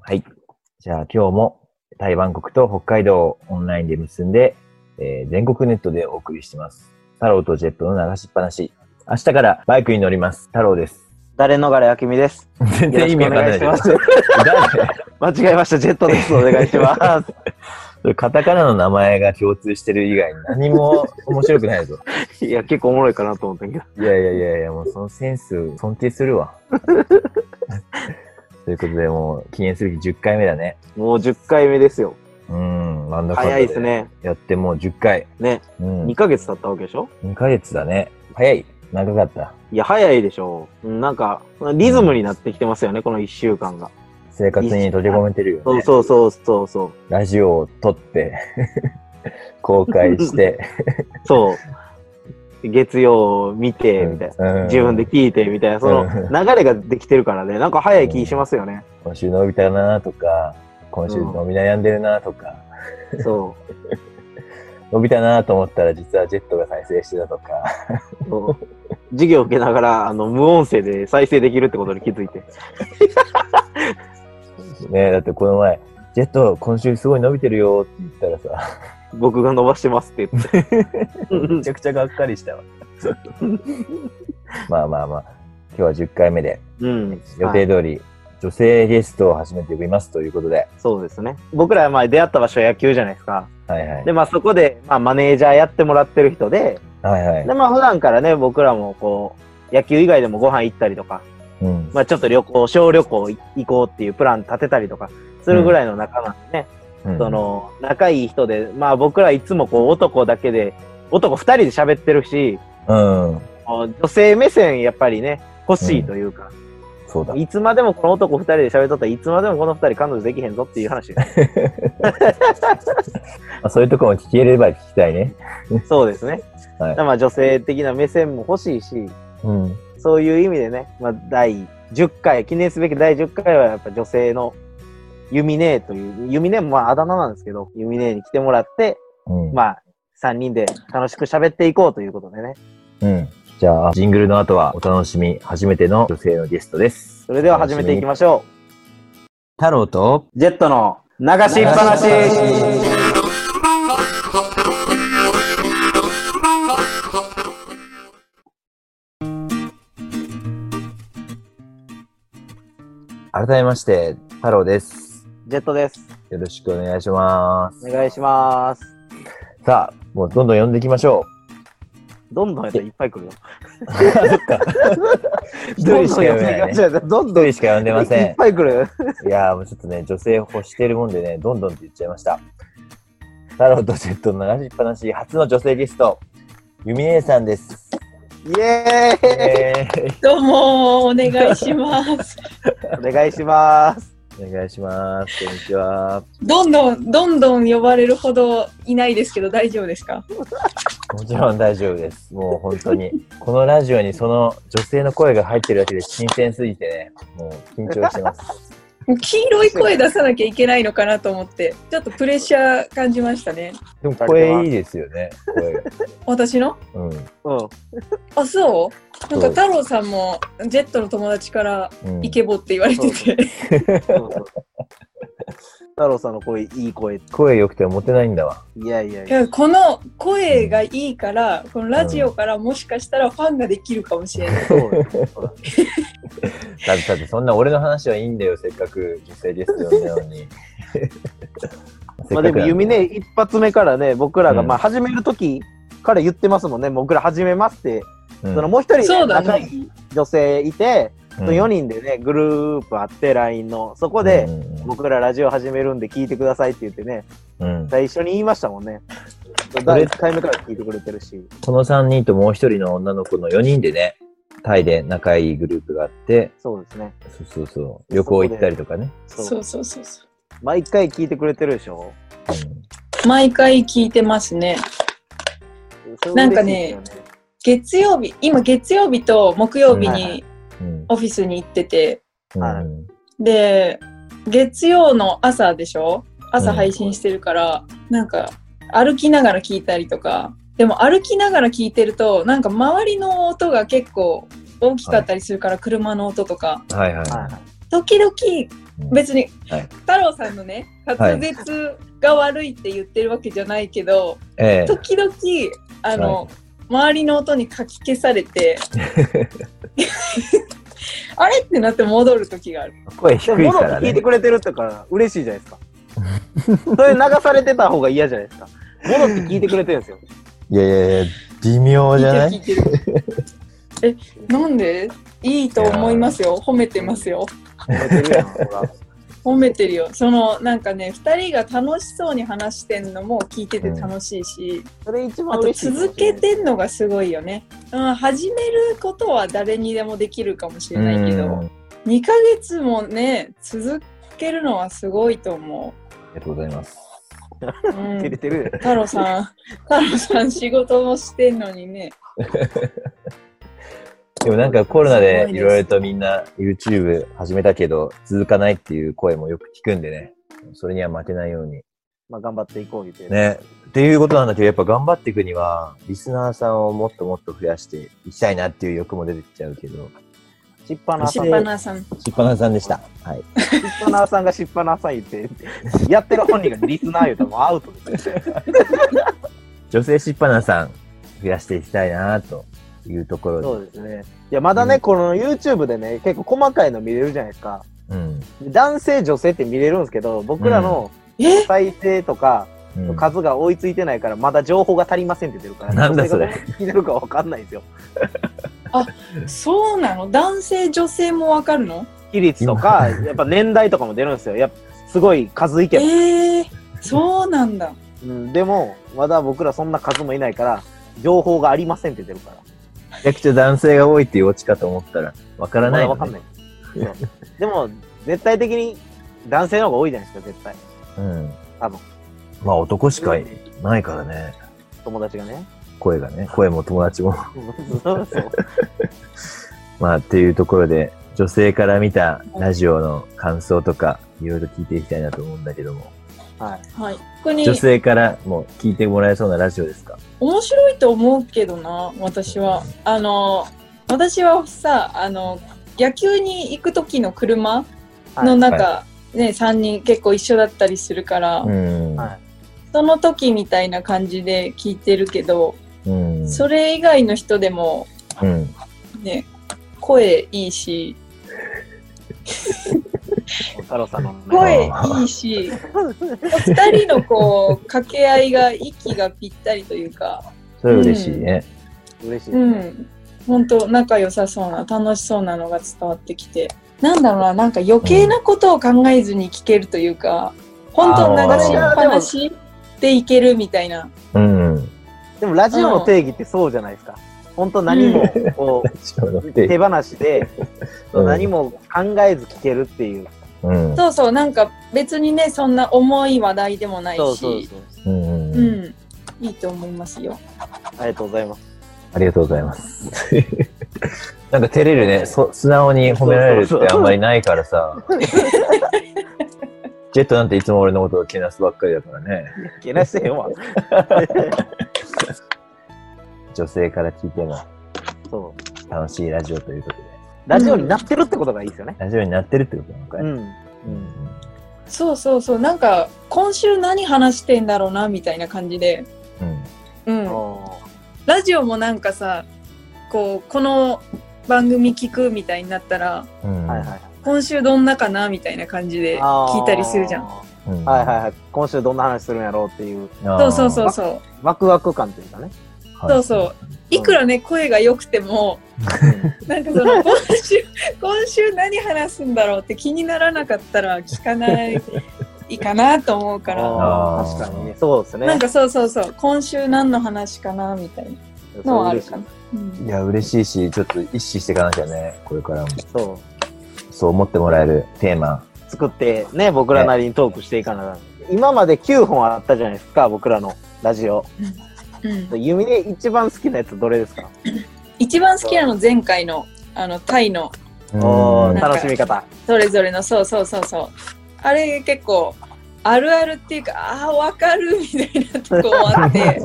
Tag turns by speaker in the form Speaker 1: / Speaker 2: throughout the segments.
Speaker 1: はい。じゃあ今日も台湾国と北海道をオンラインで結んで、えー全国ネットでお送りしてます。太郎とジェットの流しっぱなし。明日からバイクに乗ります。太郎です。
Speaker 2: 誰のがれあきみです。
Speaker 1: 全然意味わかんない
Speaker 2: よろ
Speaker 1: で
Speaker 2: し
Speaker 1: す
Speaker 2: くお願いします。 間違えました。ジェットです。お願いします。
Speaker 1: カタカナの名前が共通してる以外に何も面白くないぞ。
Speaker 2: いや、結構おもろいかなと思ったけど。
Speaker 1: いやいやいやいや、もうそのセンス尊敬するわ。 ということで、もう記念すべき10回目だね。
Speaker 2: もう10回目ですよ。
Speaker 1: うん、なんだかんだ
Speaker 2: 早いですね。
Speaker 1: やってもう10回。
Speaker 2: ね。
Speaker 1: うん
Speaker 2: 2。ヶ月経ったわけでしょ
Speaker 1: 2ヶ月だね。早い。長かった。
Speaker 2: いや、早いでしょう。うんなんか、リズムになってきてますよね、この1週間が。
Speaker 1: 生活に閉じ込めてるよ
Speaker 2: そう
Speaker 1: ね。
Speaker 2: そうそうそうそう。
Speaker 1: ラジオを撮って、 公開して、
Speaker 2: そう。月曜見て、みたいな。
Speaker 1: な
Speaker 2: 自分で聞いて、みたいな。その
Speaker 1: うん
Speaker 2: 流れができてるからね、なんか早い気しますよね。
Speaker 1: 今週伸びたなとか、今週伸び悩んでるなとか、
Speaker 2: そ
Speaker 1: 伸びたなと思ったら実はジェットが再生してたとか、
Speaker 2: う。そう授業受けながら、あの、無音声で再生できるってことに気づいて。
Speaker 1: ねだってこの前、ジェット今週すごい伸びてるよって言ったらさ、
Speaker 2: 僕が伸ばしてますって言って。
Speaker 1: めちゃくちゃがっかりしたわ。 まあまあまあ、今日は10回目で、
Speaker 2: うん。
Speaker 1: 予
Speaker 2: は
Speaker 1: 定
Speaker 2: い
Speaker 1: 通り女性ゲストを初めて呼びますということで、
Speaker 2: そうですね。僕らはまあ出会った場所は野球じゃないですか。
Speaker 1: はいはい。
Speaker 2: で、まあそこで、まあマネージャーやってもらってる人で、
Speaker 1: はいはい
Speaker 2: で、。まあ普段からね、僕らもこう、野球以外でもご飯行ったりとか、
Speaker 1: うん。
Speaker 2: まあちょっと旅行、小旅行行こうっていうプラン立てたりとか、するぐらいの仲なんでね、
Speaker 1: うん
Speaker 2: そ、の、仲いい人で、まあ僕らいつもこう男だけで、男二人で喋ってるし、
Speaker 1: うん。
Speaker 2: こう女性目線やっぱりね、欲しいというか、
Speaker 1: そうだ。
Speaker 2: いつまでもこの男二人で喋っとったらいつまでもこの二人彼女できへんぞっていう 話。
Speaker 1: まあ、そういうところも聞ければ聞きたいね。
Speaker 2: そうですね。
Speaker 1: はい
Speaker 2: まあ女性的な目線も欲しいし、
Speaker 1: うん。
Speaker 2: そういう意味でね、まあ第10回、記念すべき第10回はやっぱ女性のユミネーという、ユミネーもまああだ名なんですけど、ユミネーに来てもらって、
Speaker 1: うん。
Speaker 2: まあ3人で楽しく喋っていこうということでね。
Speaker 1: うん。じゃあ、ジングルの後はお楽しみ、初めての女性のゲストです。
Speaker 2: それでは始めていき
Speaker 1: す。
Speaker 2: ましょ
Speaker 1: 太郎と、
Speaker 2: う。ジェットの流しっぱなし。
Speaker 1: 改めまして、太郎です。
Speaker 2: ジェットです。
Speaker 1: よろしくお願いします
Speaker 2: お。願いします。
Speaker 1: さあ、もうどんどん呼んでいきましょ
Speaker 2: どんどんやったらいっぱい来るよ。
Speaker 1: う。そっか。一人しか呼べないね。一
Speaker 2: どんどんやっていきましょうどんどん
Speaker 1: 人しか呼んでませ
Speaker 2: いっ
Speaker 1: ん。
Speaker 2: ぱい来る。
Speaker 1: いやーもうちょっとね、女性欲してるもんでね、どんどんって言っちゃいました。太郎とジェットの流しっぱなし、初の女性ゲスト、ユミネさんです。
Speaker 2: イエーイ
Speaker 1: えー
Speaker 3: どうもお願い します。
Speaker 2: お願いします。
Speaker 1: お願いします。こんにちは。
Speaker 3: どんどんどんどん呼ばれるほどいないですけど大丈夫ですか？
Speaker 1: もちろん大丈夫です。もう本当に。このラジオにその女性の声が入ってるだけで新鮮すぎてね、もう緊張してます。
Speaker 3: 黄色い声出さなきゃいけないのかなと思って、ちょっとプレッシャー感じましたね。
Speaker 1: でも声いいですよね、声が。
Speaker 3: 私の？
Speaker 1: う
Speaker 2: う
Speaker 3: あ、そう。なん
Speaker 1: そ
Speaker 3: か
Speaker 1: う
Speaker 3: 太郎さんもジェットの友達から
Speaker 1: ん。うん
Speaker 3: イケボって言われてて、
Speaker 2: ん。太郎さんの声、いい声。い
Speaker 1: 声良くてモテないんだわ。
Speaker 2: やいやい
Speaker 3: い
Speaker 2: や。
Speaker 3: やこの声がいいから、このラジオからもしかしたらファンができるかもしれない。
Speaker 2: そうよ
Speaker 1: だってだってそんな俺の話はいいんだよ、せっかく女性ゲスト呼んだの に。
Speaker 2: まあでも、ユミ
Speaker 1: ね
Speaker 2: ネ一発目からね、僕らが、
Speaker 1: うん
Speaker 2: まあ始める時から言ってますもんね。僕ら始めますって。そのもう一
Speaker 3: そ
Speaker 2: 人、
Speaker 3: うだ
Speaker 2: 仲い
Speaker 3: ね
Speaker 2: い。女性いて、
Speaker 1: うん
Speaker 2: その4人でね、グループあって、LINE の。そこで、
Speaker 1: うん
Speaker 2: 僕らラジオ始めるんで聞いてくださいって言ってね、
Speaker 1: うんうん
Speaker 2: 最初に言いましたもんね。
Speaker 1: それ
Speaker 2: 第1回目から聞いてくれてるし。
Speaker 1: この3人ともう1人の女の子の4人でね、タイで仲いいグループがあって、
Speaker 2: そうですね。
Speaker 1: そうそうそう、旅行行ったりとかね。
Speaker 2: そ。
Speaker 3: そううそうそうそ
Speaker 2: 毎回聞いてくれてるでしょ
Speaker 3: う。毎回聞いてますね。なんかね、月曜日今月曜日と木曜日
Speaker 2: はいは
Speaker 3: に
Speaker 1: うん
Speaker 3: オフィスに行ってて、
Speaker 1: うん
Speaker 2: はい
Speaker 3: で月曜の朝でしょ朝
Speaker 1: うん
Speaker 3: 配信してるから、なんか歩きながら聞いたりとかでも歩きながら聞いてるとなんか周りの音が結構大きかったりするから、車の音とか
Speaker 1: はいはい
Speaker 2: はいは
Speaker 1: はい
Speaker 3: 時々別に、
Speaker 1: はい
Speaker 3: 太郎さんのね滑舌が悪いって言ってるわけじゃないけど、
Speaker 1: ええ
Speaker 3: 時々あの、
Speaker 1: は
Speaker 3: 周りの音にかき消され てあれってなって戻る時がある
Speaker 1: 声
Speaker 2: で
Speaker 1: 低
Speaker 2: も、
Speaker 1: い
Speaker 2: モノ
Speaker 1: から
Speaker 2: 聞い
Speaker 1: ね
Speaker 2: て。くれてるってから嬉しいじゃないですか。それ流されてた方が嫌じゃないですか。モノって聞いてくれてる んですよ。
Speaker 1: いやいやいや、微妙じゃな
Speaker 3: 聞い
Speaker 1: い
Speaker 3: てる聞いてるえなんでいいと思いますよ褒めてますよ
Speaker 2: 聞いてるやんほら
Speaker 3: 褒めてるよそのなんかね2人が楽しそうに話してんのも聞いてて楽しいし、
Speaker 2: それ一
Speaker 3: あ
Speaker 2: 番
Speaker 3: と
Speaker 2: 嬉しいかもしれない。
Speaker 3: 続けてんのがすごいよね、うん、始めることは誰にでもできるかもしれないけ
Speaker 1: うん
Speaker 3: ど
Speaker 1: あ
Speaker 3: 2ヶ月もね続けるのはすごいと思
Speaker 1: りがとうございます。
Speaker 3: う、うん
Speaker 2: 聞い、てる。
Speaker 3: 太郎さん太郎さん仕事もしてんのにね
Speaker 1: でもなんかコロナ
Speaker 3: す
Speaker 1: で
Speaker 3: ごい
Speaker 1: い
Speaker 3: です
Speaker 1: ろいろとみんな YouTube 始めたけど続かないっていう声もよく聞くんでね。それには負けないように。
Speaker 2: まあ頑張っていこう言って。
Speaker 1: ね。っていうことなんだけど、やっぱ頑張っていくには、リスナーさんをもっともっと増やしていきたいなっていう欲も出てきちゃうけど、
Speaker 2: しっぱな
Speaker 3: し
Speaker 2: さ
Speaker 3: っ
Speaker 2: ん。
Speaker 3: ぱなさん
Speaker 1: しっぱなさんでした。はい。
Speaker 2: しっぱなさんがしっぱなさん言って、やってる本人がリスナー言うたらもうアウトですよ。
Speaker 1: 女性しっぱなさん、増やしていきたいなというところで。
Speaker 2: そうですね。いや、まだね、この YouTube でね、結構細かいの見れるじゃないですか。
Speaker 1: うん。
Speaker 2: 男性、女性って見れるんですけど、僕らの
Speaker 3: え
Speaker 2: 再生とか、
Speaker 1: うん、
Speaker 2: 数が追いついてないから、まだ情報が足りませんって出るから、
Speaker 1: なんだそれ
Speaker 2: 女性がどう聞いてるかわかんないんですよ。
Speaker 3: そうなの男性女性もわかるの
Speaker 2: 比率とか、やっぱ年代とかも出るんですよ。やっぱすごい数いけば、
Speaker 3: えー、そうなんだ
Speaker 2: うん。でも、まだ僕らそんな数もいないから、情報がありませんって出るから。
Speaker 1: めちゃくちゃ男性が多いっていうオチかと思ったら、わからない、
Speaker 2: まだわかんない。そうでも、絶対的に男性の方が多いじゃないですか、絶対。
Speaker 1: うん。
Speaker 2: 多分。
Speaker 1: まあ男しかいないからね。
Speaker 2: 友達が ね。
Speaker 1: 声がね。声も友達も。
Speaker 2: そうそう
Speaker 1: まあ、っていうところで、女性から見たラジオの感想とか、いろいろ聞いていきたいなと思うんだけども、
Speaker 2: はい。
Speaker 3: はい特に
Speaker 1: 女性からも聞いてもらえそうなラジオですか
Speaker 3: 面白いと思うけどな私はあの私はさあの野球に行く時の車
Speaker 2: はい
Speaker 3: の中、ね、3人結構一緒だったりするから、
Speaker 1: うん。
Speaker 2: は
Speaker 3: その時みたいな感じで聞いてるけど、
Speaker 1: うん。
Speaker 3: それ以外の人でも
Speaker 1: うん。
Speaker 3: ね声いいし
Speaker 2: 太郎さんの、ね、
Speaker 3: 声いいし2人のこう掛け合いが息がぴったりというか
Speaker 1: それ嬉しいね。
Speaker 2: 嬉しい。
Speaker 3: うん本当仲良さそうな楽しそうなのが伝わってきてなんだろうななんか余計なことを考えずに聞けるというか、本当流しっぱなしでいけるみたいな
Speaker 1: うん。うん、
Speaker 2: でもラジオの定義ってそうじゃないですか。本当何も、こう、手放し で、
Speaker 1: うん
Speaker 2: 何も考えず聞けるっていう。
Speaker 1: うん。
Speaker 3: そうそうなんか別にねそんな重い話題でもないし
Speaker 2: そうそう
Speaker 1: う
Speaker 2: そう。
Speaker 1: ん
Speaker 3: う。んいいと思いますよ
Speaker 2: ありがとうございます。
Speaker 1: ありがとうございます。 なんか照れるね。そ素直に褒められるってあんまりないからさ。 ジェットなんていつも俺のことをけなすばっかりだからね。
Speaker 2: けなしてへ んわ。
Speaker 1: 女性から聞いても
Speaker 2: そう。
Speaker 1: 楽しいラジオということで。
Speaker 2: ラジオになってるってことがいいですよね。
Speaker 1: ラジオになってるってことなのかい、
Speaker 2: うん。
Speaker 3: そうそうそうなんか今週何話してんだろうなみたいな感じで
Speaker 1: うん
Speaker 3: うん
Speaker 2: あ
Speaker 3: ラジオもなんかさこうこの番組聞くみたいになったら
Speaker 1: うん
Speaker 2: ーはいはい。
Speaker 3: 今週どんなかなみたいな感じで
Speaker 2: あー
Speaker 3: 聞いたりするじゃん。
Speaker 1: うん
Speaker 2: はいはいはい。今週どんな話するんやろうっていう、
Speaker 1: あ
Speaker 3: そ
Speaker 1: ー
Speaker 3: うそうそうそう
Speaker 2: ワクワク感というかね。
Speaker 1: はい
Speaker 3: そうそういくらね声が良くてもなんか その今週今週何話すんだろうって気にならなかったら聞かないいいかなと思うから
Speaker 2: あ
Speaker 1: あー
Speaker 2: ー確かにね。そうですね。
Speaker 3: なんかそうそうそう今週何の話かなみたい
Speaker 2: そう
Speaker 3: なのはあるか
Speaker 2: 嬉
Speaker 3: な
Speaker 2: しい。
Speaker 3: うん
Speaker 1: いや、嬉しいし、ちょっと意識していかなきゃね、これからも。
Speaker 2: そう。
Speaker 1: そう思ってもらえるテーマ。
Speaker 2: 作ってね、僕らなりにトークしていかなら、今まで9本あったじゃないですか、僕らのラジオ。
Speaker 3: うん
Speaker 2: 弓で一番好きなやつどれですか
Speaker 3: 一番好きなの前回のあのタイの
Speaker 1: う
Speaker 2: お
Speaker 1: ん
Speaker 2: ー
Speaker 3: なんか
Speaker 2: 楽しみ方。
Speaker 3: それぞれのそうそうそうそうあれ結構あるあるっていうかああ分かるみたいなとこあって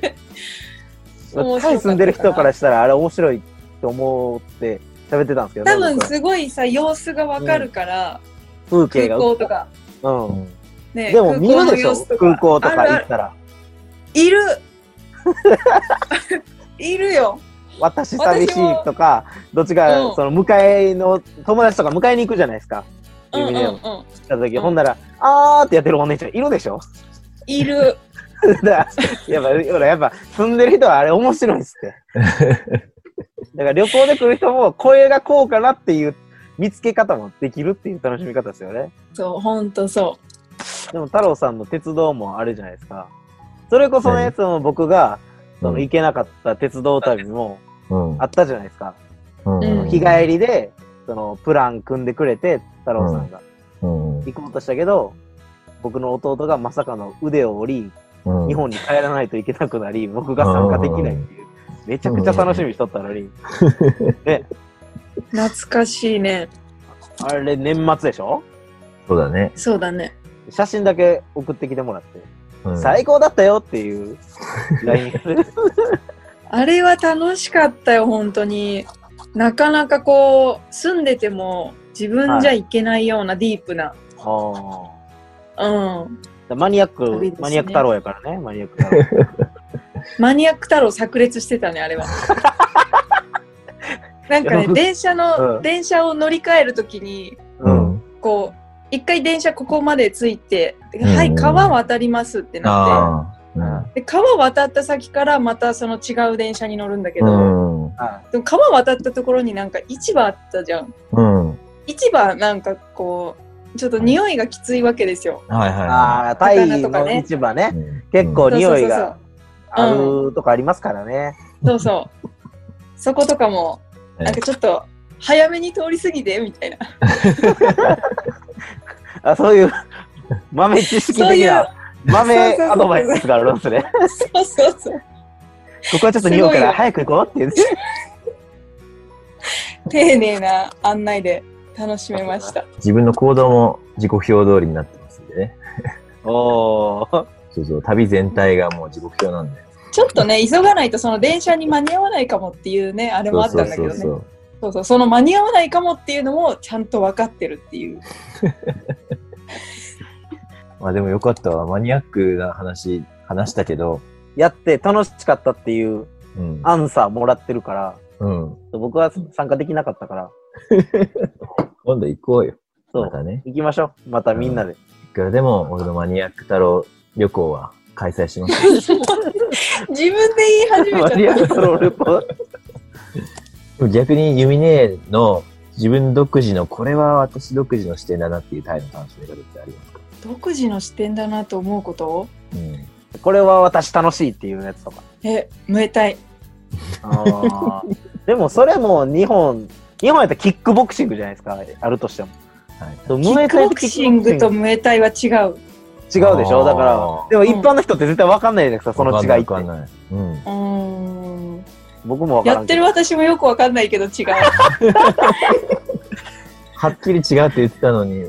Speaker 3: 面白かったな
Speaker 2: タイ住んでる人からしたら、あれ面白いと思って喋ってたんですけどね、
Speaker 3: 多分
Speaker 2: 僕ら
Speaker 3: すごいさ様子が分かるから、
Speaker 2: 風景
Speaker 3: 空
Speaker 2: が。
Speaker 3: 港とか。
Speaker 2: う。
Speaker 1: うんん
Speaker 3: ね、
Speaker 2: でも見るでしょ
Speaker 3: 空港の様子とか
Speaker 2: 空港とか
Speaker 3: ある
Speaker 2: 行
Speaker 3: あ
Speaker 2: っ
Speaker 3: る
Speaker 2: たら。
Speaker 3: いるいるよ。
Speaker 2: 私寂しいとか、どっちか、
Speaker 3: うん
Speaker 2: その迎えの友達とか迎えに行くじゃないですか。
Speaker 3: うん
Speaker 2: ユ
Speaker 3: う
Speaker 2: ミ
Speaker 3: ん
Speaker 2: ネ
Speaker 3: う
Speaker 2: を来
Speaker 3: ん。
Speaker 2: た時、
Speaker 3: うん
Speaker 2: ほんなら、あーってやってるお姉ちゃんいるでしょ
Speaker 3: いる。
Speaker 2: だからやっぱ、ほらやっぱ住んでる人はあれ面白いっすって。だから旅行で来る人も、これがこうかなっていう見つけ方もできるっていう楽しみ方ですよね。
Speaker 3: そう、ほんとそ
Speaker 2: でも太郎さんの鉄道もあるじゃないですか。それこそのやつも僕が、その行けなかった鉄道旅も
Speaker 1: うん
Speaker 2: あったじゃないですか。
Speaker 3: うん
Speaker 2: 日帰りで、そのプラン組んでくれて、太郎さんが
Speaker 1: うん
Speaker 2: 行こうとしたけど、僕の弟がまさかの腕を折り、
Speaker 1: うん
Speaker 2: 日本に帰らないといけなくなり、僕が参加できないっていう、めちゃくちゃ楽しみにしとったのに、
Speaker 3: う。懐かしいね。
Speaker 2: あれ年末でしょ
Speaker 1: そうだね。
Speaker 3: そうだね。
Speaker 2: 写真だけ送ってきてもらって、
Speaker 1: うん
Speaker 2: 最高だったよっていう LINE が ね
Speaker 3: あれは楽しかったよ、本当に。なかなかこう、住んでても自分じゃいけないようなディープな。
Speaker 2: あー
Speaker 3: うん。
Speaker 2: マニアック、
Speaker 3: 旅ですね
Speaker 2: マニアック太郎やからね、マニアック太郎。
Speaker 3: マニアック太郎炸裂してたね、あ れは。なんかね、電車の、
Speaker 2: うん
Speaker 3: 電車を乗り換えるときに、
Speaker 1: う
Speaker 2: うん
Speaker 1: ん。
Speaker 3: こう、一回電車ここまで着いて、
Speaker 1: んうん
Speaker 3: はい、川渡りますってなっ
Speaker 1: ああ。
Speaker 3: て、で川渡った先からまたその違う電車に乗るんだけ
Speaker 1: う
Speaker 3: ど、
Speaker 1: ん。うん
Speaker 2: は
Speaker 3: でも川渡ったところになんか市場あったじゃん。
Speaker 1: うん。はい
Speaker 3: 市場なんかこう、ちょっと匂いがきついわけですよ。
Speaker 1: はい
Speaker 2: い
Speaker 1: は
Speaker 2: ああ、タイ
Speaker 3: 魚とか
Speaker 2: の
Speaker 3: ね
Speaker 2: 市場
Speaker 1: い。
Speaker 2: ね、
Speaker 1: うん
Speaker 2: 結構匂い
Speaker 3: そう
Speaker 2: があるとかありますからね。
Speaker 3: そうそうそう。そうそう。そことかも、
Speaker 1: ね
Speaker 3: なんかちょっと、早めに通り過ぎてみたいな。
Speaker 2: あそう いう豆知識
Speaker 3: そう
Speaker 2: 的
Speaker 3: いう、
Speaker 2: な豆
Speaker 3: そうそうそう
Speaker 2: アドバイスがあるんですね。
Speaker 3: そうそうそう。
Speaker 2: ここはちょっと匂うか
Speaker 3: すごい
Speaker 2: ら
Speaker 3: よ
Speaker 2: 早く行こうってい うね。
Speaker 3: 丁寧な案内で楽しめました。
Speaker 1: 自分の行動も時刻表通りになってますんでね。
Speaker 2: おー。
Speaker 1: そうそう。旅全体がもう時刻表なんで。
Speaker 3: ちょっとね、急がないとその電車に間に合わないかもっていうね、あれもあったんだけどね。
Speaker 1: そうそう
Speaker 3: そうそう、その間に合わないかもっていうのもちゃんと分かってるっていう。
Speaker 1: そう。まあでもよかったわ。マニアックな話、話したけど。
Speaker 2: やって楽しかったっていう
Speaker 1: うん。
Speaker 2: アンサーもらってるから、
Speaker 1: うん。
Speaker 2: 僕は参加できなかったから、
Speaker 1: 今度行こうよ。
Speaker 2: そう
Speaker 1: またね。
Speaker 2: 行きましょう。またみんなで。
Speaker 1: いくらでも俺のマニアック太郎旅行は開催します。
Speaker 3: 自分で言い始めちゃ
Speaker 2: マ
Speaker 3: った
Speaker 2: リアルトロールポ
Speaker 1: でも逆にユミネの自分独自の、これは私独自の視点だなっていうタイの楽しみ方ってありますか
Speaker 3: 独自の視点だなと思うこと
Speaker 1: うん。
Speaker 2: これは私楽しいっていうやつとか。
Speaker 3: え、ムエタイ。
Speaker 2: あーでもそれも日本、日本やったらキックボクシングじゃないですか、あるとしても。
Speaker 1: はい。
Speaker 2: そう
Speaker 3: キ
Speaker 2: ムエ
Speaker 3: ック
Speaker 2: タイ
Speaker 3: ボ
Speaker 2: と
Speaker 3: クシングとムエタイは違う。
Speaker 2: キックボクシング違うでしょだか
Speaker 1: あー
Speaker 2: ら、でも一般の人って絶対わかんないじゃないですか、その違い
Speaker 1: わ
Speaker 2: っ
Speaker 1: かん
Speaker 2: て。
Speaker 1: ない。わかんないうん。
Speaker 3: うーん。
Speaker 2: 僕もわから
Speaker 3: や
Speaker 2: ん
Speaker 3: っ
Speaker 2: け
Speaker 3: て
Speaker 2: ど
Speaker 3: る私もよく分かんないけど違う。
Speaker 1: はっきり違うって言ってたのに。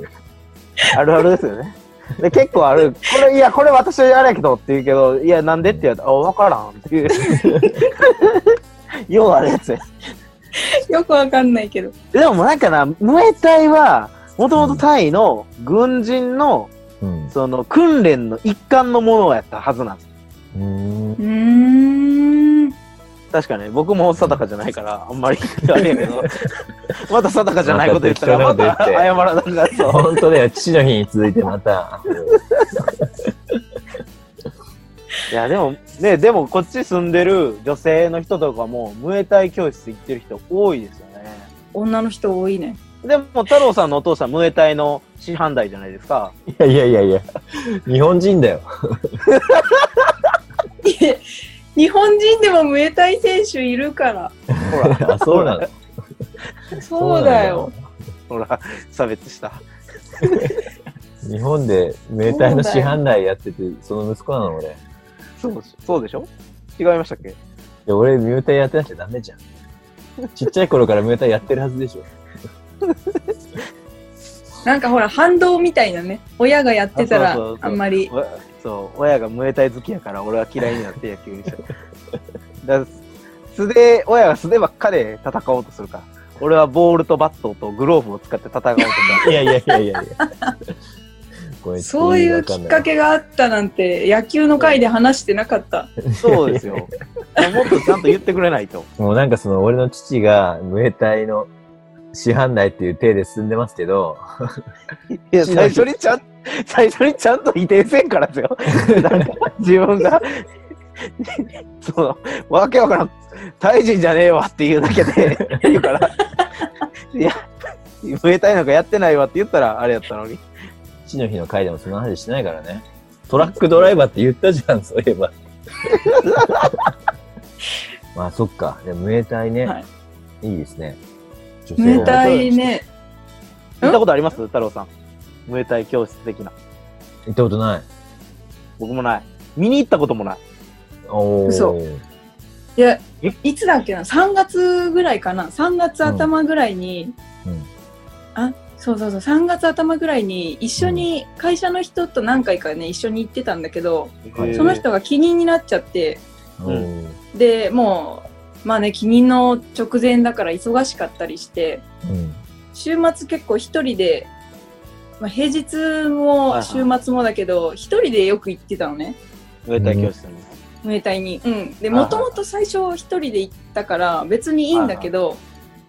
Speaker 2: あるあるですよね。で結構ある、これ、いや、これ私あれやけどって言うけど、いや、なんでって言われたら、あ、わからんっていう。 ようあるやつや
Speaker 3: よく分かんないけど。
Speaker 2: でもなんかな、ムエタイは、もともとタイの軍人の、
Speaker 1: うん。
Speaker 2: その、訓練の一環のものやったはずなんです。
Speaker 1: うーん
Speaker 3: うーん。
Speaker 2: 確かね、僕も定かじゃないから、あんまりあれやけ ど、また定かじゃないこと言ったら、ま
Speaker 1: また
Speaker 2: た
Speaker 1: 適当なこと
Speaker 2: 謝
Speaker 1: 言
Speaker 2: らなくなるぞ。
Speaker 1: 本当だよ。父の日に続いてま た。
Speaker 2: いや、でも、ね、でもこっち住んでる女性の人とかも、ムエタイ教室行ってる人多いですよね。
Speaker 3: 女の人多いね。
Speaker 2: でも、太郎さんのお父さん、ムエタイの師範代じゃないですか。
Speaker 1: いやいやいやいや。日本人だよ。
Speaker 3: いえ日本人でもムエタイ選手いるから。
Speaker 2: ほら、
Speaker 1: あ、そうな の。
Speaker 3: そうだよ。
Speaker 2: ほら、差別した。
Speaker 1: そうなんだ。日本で名体の師範代やってて、その息子なの俺。い
Speaker 2: そう、そうでしょ違いましたっけ
Speaker 1: や、俺、名体やってなきゃダメ じゃん。ちっちゃい頃から名体やってるはずでしょ。
Speaker 3: なんかほら、反動みたいなね。親がやってた
Speaker 2: あそ
Speaker 3: ら
Speaker 2: うそう、そう
Speaker 3: あんまり。
Speaker 2: わそう、親がムエタイ好きやから、俺は嫌いになって野 球にした。だから素で、親が素でばっかで戦おうとするから。俺はボールとバットとグローブを使って戦うとか。
Speaker 1: いやいやいやいやいや。これ
Speaker 3: そういうきっか。けがあったなんて野球の回で話してなかった。
Speaker 2: そうですよ。もっとちゃんと言ってくれないと。
Speaker 1: もうなんかその俺の父がムエタイの師範代っていう体で進んでますけど、
Speaker 2: いや、最初にちゃん、最初にちゃんと否定せんからです よ。なんか、自分が、 その、わけわからん、タイ人じゃねえわって言うだけで、言うから、いや、ムエタイなんかやってないわって言ったら、あれやったのに。
Speaker 1: 父の日の回でもその話してないからね。トラックドライバーって言ったじゃん、そういえ ば。まあそっか。でもムエタイね、
Speaker 3: はい
Speaker 1: い、いですね。女
Speaker 3: ム
Speaker 1: 性
Speaker 3: エ
Speaker 1: は
Speaker 3: タイね、
Speaker 2: 聞いたことあります太郎さん。ムエタイ教室的な。
Speaker 1: 行ったことない。
Speaker 2: 僕もない。見に行ったこともない。
Speaker 1: おー
Speaker 3: 嘘いや
Speaker 2: え、
Speaker 3: いつだっけな、3月ぐらいかな、3月頭ぐらいに、
Speaker 1: うん
Speaker 3: あそうそうそう、3月頭ぐらいに、一緒に会社の人と何回かね、一緒に行ってたんだけど、
Speaker 1: へー
Speaker 3: その人が気になっちゃって、
Speaker 1: おー
Speaker 3: でもう、まあね、気にの直前だから忙しかったりして、
Speaker 1: うん。
Speaker 3: 週末結構一人で、まあ、平日も週末もだけど、一人でよく行ってたのね。
Speaker 2: ムエタイ教室に。
Speaker 3: ムエタイに。うん。で、
Speaker 2: はいはい
Speaker 3: もともと最初一人で行ったから別にいいんだけど、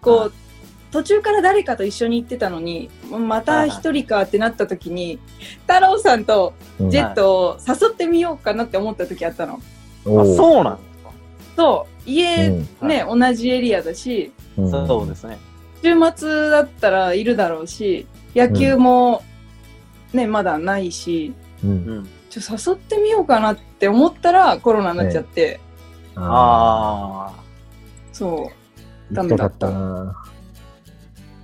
Speaker 3: こ
Speaker 2: は
Speaker 3: う、途中から誰かと一緒に行ってたのに、もうまた一人かってなった時に、太郎さんと
Speaker 1: うん
Speaker 3: ジェットを誘ってみようかなって思った時あったの。
Speaker 1: お
Speaker 2: あ、
Speaker 1: ー
Speaker 2: そうなんですか。
Speaker 3: そう、家
Speaker 1: うん
Speaker 3: ね、同じエリアだし、
Speaker 1: うん
Speaker 2: そうですね。
Speaker 3: 週末だったらいるだろうし、野球もね、まだないし、
Speaker 1: うん
Speaker 2: うん。
Speaker 3: ちょ誘ってみようかなって思ったらコロナになっちゃって、
Speaker 1: あ
Speaker 2: ああ。
Speaker 3: そう。
Speaker 1: ー
Speaker 3: ダ
Speaker 1: 行き
Speaker 3: メ
Speaker 1: た
Speaker 3: だ
Speaker 1: か
Speaker 3: っ
Speaker 1: ったたな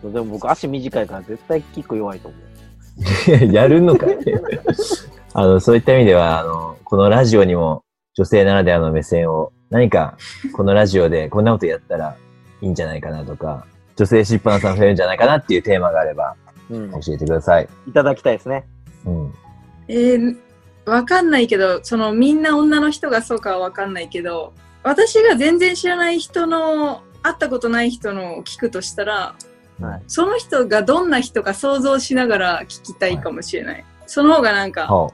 Speaker 2: でも僕足短いから絶対キック弱いと思う。
Speaker 1: やるのかいあの、そういった意味では、あの、このラジオにも女性ならではの目線を、何かこのラジオでこんなことやったらいいんじゃないかなとか、女性しっぱなさん増えるんじゃないかなっていうテーマがあれば
Speaker 2: うん
Speaker 1: 教えてください。
Speaker 2: いただきたいですね。
Speaker 1: うん。
Speaker 3: えー、わかんないけどそのみんな女の人がそうかはわかんないけど私が全然知らない人の会ったことない人のを聞くとしたら
Speaker 2: はい
Speaker 3: その人がどんな人か想像しながら聞きたいかもしれない、その方がなんか、
Speaker 1: は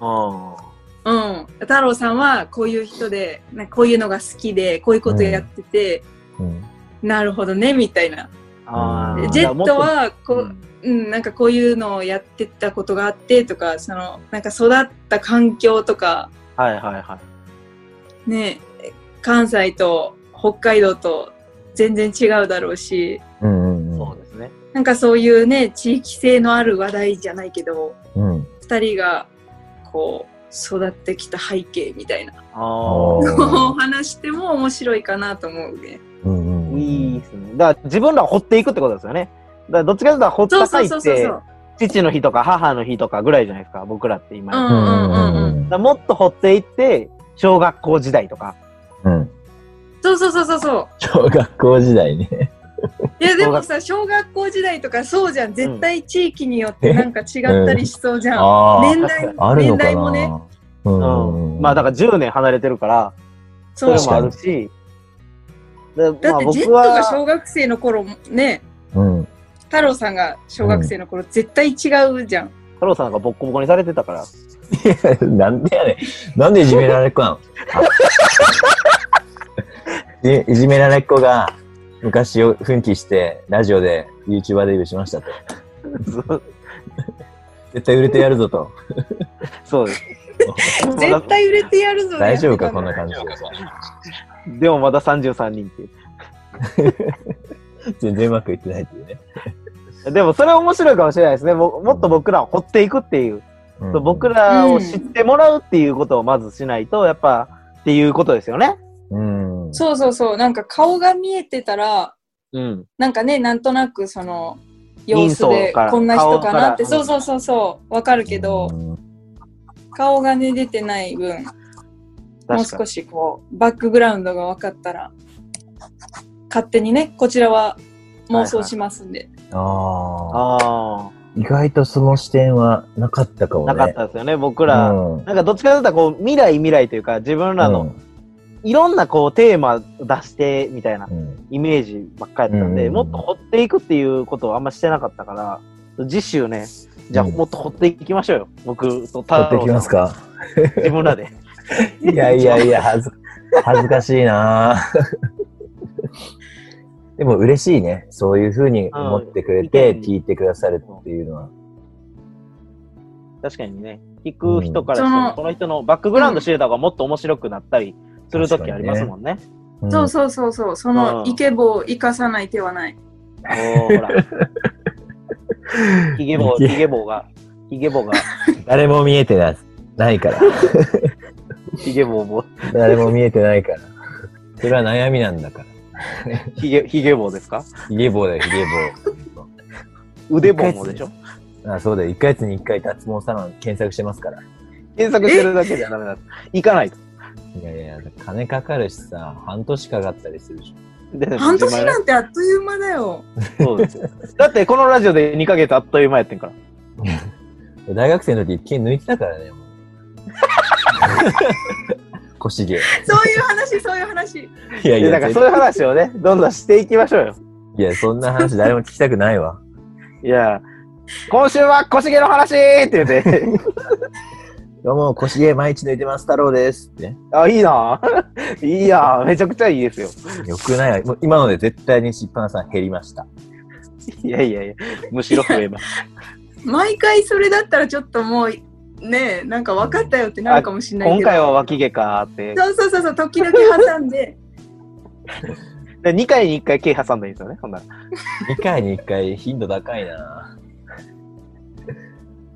Speaker 2: あ
Speaker 3: うん太郎さんはこういう人でなんかこういうのが好きでこういうことやってて、
Speaker 1: あ。うん。
Speaker 3: なるほどねみたいな
Speaker 1: あー
Speaker 3: ジェットはこう、
Speaker 2: うん
Speaker 3: うん、なんかこういうのをやってたことがあってとかそのなんか育った環境とか
Speaker 2: はいはいはい。
Speaker 3: ねえ関西と北海道と全然違うだろうし
Speaker 1: うんうん
Speaker 2: そうですね。
Speaker 3: なんかそういうね地域性のある話題じゃないけど
Speaker 1: うん。うん。
Speaker 3: 2人がこう育ってきた背景みたいな
Speaker 2: ああ。
Speaker 3: のを話しても面白いかなと思うね。
Speaker 1: うんうんうん
Speaker 2: いいですね。だから自分らを掘っていくってことですよね。だからどっちかというと掘った
Speaker 3: そうそ
Speaker 2: 回
Speaker 3: うそう
Speaker 2: っ
Speaker 3: そうそ
Speaker 2: て
Speaker 3: う。
Speaker 2: 父の日とか母の日とかぐらいじゃないですか、僕らって今。
Speaker 3: うん
Speaker 2: だ
Speaker 1: うんうんうんうん
Speaker 2: からもっと掘っていって、小学校時代とか。
Speaker 1: うん。
Speaker 3: そうそうそうそうそう。
Speaker 1: 小学校時代ね。
Speaker 3: いやでもさ小学校時代とかそうじゃん絶対地域によってなんか違ったりしそうじゃん。
Speaker 1: あ
Speaker 3: 年代
Speaker 1: あ。あるの
Speaker 3: 年
Speaker 1: か
Speaker 3: 代もね。
Speaker 1: なうんうんうん。
Speaker 2: まあだから10年離れてるから、そ
Speaker 3: そう
Speaker 2: れもあるし。だか
Speaker 3: だ
Speaker 2: らま
Speaker 3: っ
Speaker 2: あ
Speaker 3: てジェ
Speaker 2: 僕
Speaker 3: ットが
Speaker 2: は
Speaker 3: 小学生の頃もね
Speaker 1: うん。
Speaker 3: 太郎さんが小学生の頃、絶対違うじゃん。
Speaker 2: 太郎さんなんかボッコボコにされてたから。
Speaker 1: なんでやねん。なんでいじめられっ子なの いいじめられっ子が昔を奮起してラジオで YouTuber デビューしましたと。
Speaker 2: そう
Speaker 1: 絶対売れてやるぞと。
Speaker 2: そうです。
Speaker 3: 絶対売れてやるぞ。
Speaker 1: 大丈夫か
Speaker 3: やって
Speaker 1: こ
Speaker 3: た
Speaker 1: ん
Speaker 3: だ
Speaker 1: な感じで。
Speaker 2: でもまだ33人ってい
Speaker 1: 全然うまくいってないっていうね。
Speaker 2: う。でもそれ面白いかもしれないですね。ももっと僕らを掘っていくっていう。
Speaker 1: うん
Speaker 2: そう僕らを知ってもらうっていうことをまずしないと、やっぱ、っていうことですよね。
Speaker 1: うん。
Speaker 3: そうそうそう。なんか顔が見えてたら、
Speaker 2: うん。
Speaker 3: なんかね、なんとなくその、様
Speaker 2: 人
Speaker 3: 子
Speaker 2: 相
Speaker 3: で
Speaker 2: から
Speaker 3: こんな人かなって、そ
Speaker 2: 顔
Speaker 3: うそうそうそう、わかるけど、
Speaker 1: うん
Speaker 3: 顔がね、出てない分、もう
Speaker 2: 確か
Speaker 3: 少しこう、バックグラウンドが分かったら、勝手にね、こちらは妄想しますんで。
Speaker 1: ああ。
Speaker 2: あ
Speaker 1: 意外とその視点はなかったか
Speaker 2: あ、
Speaker 1: もね。
Speaker 2: なかったですよね、僕ら。
Speaker 1: うん
Speaker 2: なんかどっちかというとこう未来未来というか自分らのいろんなこうテーマ出してみたいな
Speaker 1: うん
Speaker 2: イメージばっかりやったんで、
Speaker 1: うん
Speaker 2: もっと掘っていくっていうことをあんましてなかったから、次週ね、じゃあ
Speaker 1: うん
Speaker 2: もっと掘っていきましょうよ。僕
Speaker 1: 取
Speaker 2: と太
Speaker 1: って
Speaker 2: 郎
Speaker 1: きますか
Speaker 2: さん自分らで。
Speaker 1: いやいやいや、恥ず恥ずかしいなぁでも嬉しいね。そういうふうに思ってくれて
Speaker 2: う、ん
Speaker 1: 聞いてくださるっていうのは。
Speaker 2: 確かにね、聞く人からして
Speaker 3: うん
Speaker 2: も、
Speaker 3: その
Speaker 2: この人のバックグラウンド知れた方がもっと面白くなったりするときありますもんね。
Speaker 1: うん
Speaker 3: そうそうそうそう、そ
Speaker 2: あ
Speaker 3: の
Speaker 2: ー
Speaker 3: イケボを生かさない手はない。
Speaker 2: おーほら、ヒゲ棒、ヒゲ棒が、ヒゲ棒が、
Speaker 1: 誰も見えてないないから。
Speaker 2: ヒゲ棒棒、
Speaker 1: 誰も見えてないから。それは悩みなんだから。
Speaker 2: ヒゲ、ヒゲ棒ですか
Speaker 1: ヒゲ棒だよ、ヒゲ棒。
Speaker 2: 腕棒もでしょ
Speaker 1: あそうだよ。1ヶ月に1回脱毛サロン検索してますから。
Speaker 2: 検索してるだけじゃダメだ。行かないと。
Speaker 1: いやいや、金かかるしさ、半年かかったりするでし
Speaker 2: で
Speaker 3: 半年
Speaker 2: 自前
Speaker 3: なんてあっという間だよ。
Speaker 2: そうですよだってこのラジオで2ヶ月あっという間やってんから。
Speaker 1: ょ。大学生の時、一件抜いてたからね、もう腰毛。い
Speaker 3: そういう話、そういう話。
Speaker 1: やい
Speaker 2: で
Speaker 1: や、
Speaker 2: だからそういう話をね、どんどんしていきましょうよ。
Speaker 1: いや、そんな話誰も聞きたくないわ。
Speaker 2: いや、今週は小重の話って言って、
Speaker 1: どうも、腰毛毎日抜いてます、太郎です。って。
Speaker 2: あ、いいないいやめちゃくちゃいいですよ。
Speaker 1: よくないもう今ので絶対にしっぱなさん減りました。
Speaker 2: いやいやいや、むしろ増えます。
Speaker 3: 毎回それだったらちょっともう、ねえ、なんか分かったよってなるかもしれ ない
Speaker 2: 今
Speaker 3: けど。
Speaker 2: 回は脇毛かーって。
Speaker 3: そうそうそうそう、時々挟んで。
Speaker 2: で2回に1回毛挟んだらいいですよね、ほんなら。
Speaker 1: 2回に1回頻度高いな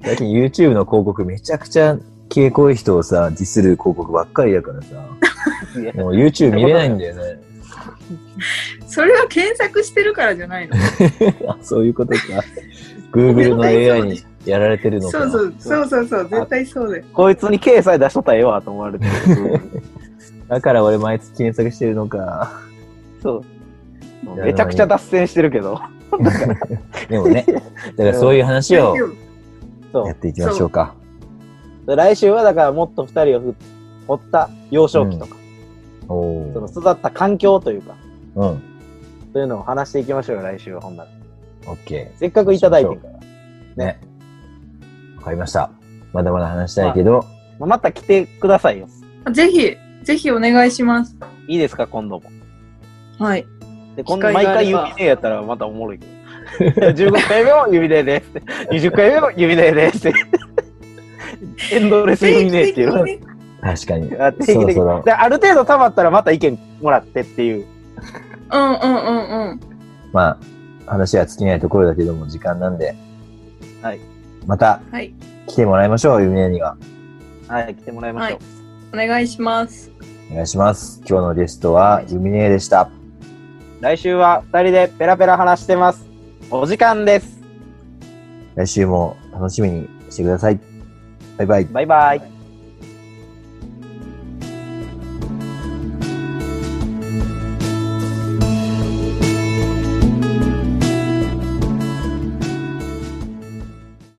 Speaker 1: 最近 YouTube の広告めちゃくちゃ毛濃い人をさ、ディスる広告ばっかりだからさ、
Speaker 2: いや
Speaker 1: もう YouTube 見れないんだよね。
Speaker 3: それは検索してるからじゃないの。
Speaker 1: あそういうことか。Google の AI にやられてるのか。
Speaker 3: そうそうそうそうそう、絶対そうだよ。
Speaker 2: こいつに毛さえ出しとったらええわと思われてる。
Speaker 1: だから俺毎月検索してるのか。
Speaker 2: そう。めちゃくちゃ脱線してるけど。
Speaker 1: でもね、だからそういう話を
Speaker 2: そう
Speaker 1: や。っていきましょうか。
Speaker 2: で来週はだからもっと二人を掘った幼少期とか、
Speaker 1: おー
Speaker 2: その育った環境というか、
Speaker 1: うん。
Speaker 2: そういうのを話していきましょうよ、来週はほんなら。
Speaker 1: OK。
Speaker 2: せっかくいただいてるから。
Speaker 1: ね。わかりました。まだまだ話したいけど、
Speaker 2: まあまた来てくださいよ。
Speaker 3: ぜひ、ぜひお願いします。
Speaker 2: いいですか、今度も。
Speaker 3: はい。
Speaker 2: で、今
Speaker 3: 機
Speaker 2: 度
Speaker 3: 会
Speaker 2: 毎
Speaker 3: があ
Speaker 2: 回
Speaker 3: れば
Speaker 2: 指でやったらまたおもろいけど。15回目も指でです。20回目も指でです。エンドレス指でっていう。
Speaker 3: 定期的にね
Speaker 1: 確か に。
Speaker 2: あ定期的に
Speaker 1: そろそろ
Speaker 2: である程度溜まったらまた意見もらってっていう。
Speaker 3: うんうんうんうん。
Speaker 1: まあ、話は尽きないところだけども、時間なんで。
Speaker 2: はい。
Speaker 1: また
Speaker 3: はい。
Speaker 1: 来てもらいましょう、ゆみねには。
Speaker 2: はい、来てもらいま
Speaker 3: は
Speaker 2: しょ。。
Speaker 3: いうお願いします。
Speaker 1: お願いします。今日のゲストは、ゆみねでした。
Speaker 2: 来週は二人でペラペラ話してます。お時間です。
Speaker 1: 来週も楽しみにしてください。バイバイ。
Speaker 2: バイバイ。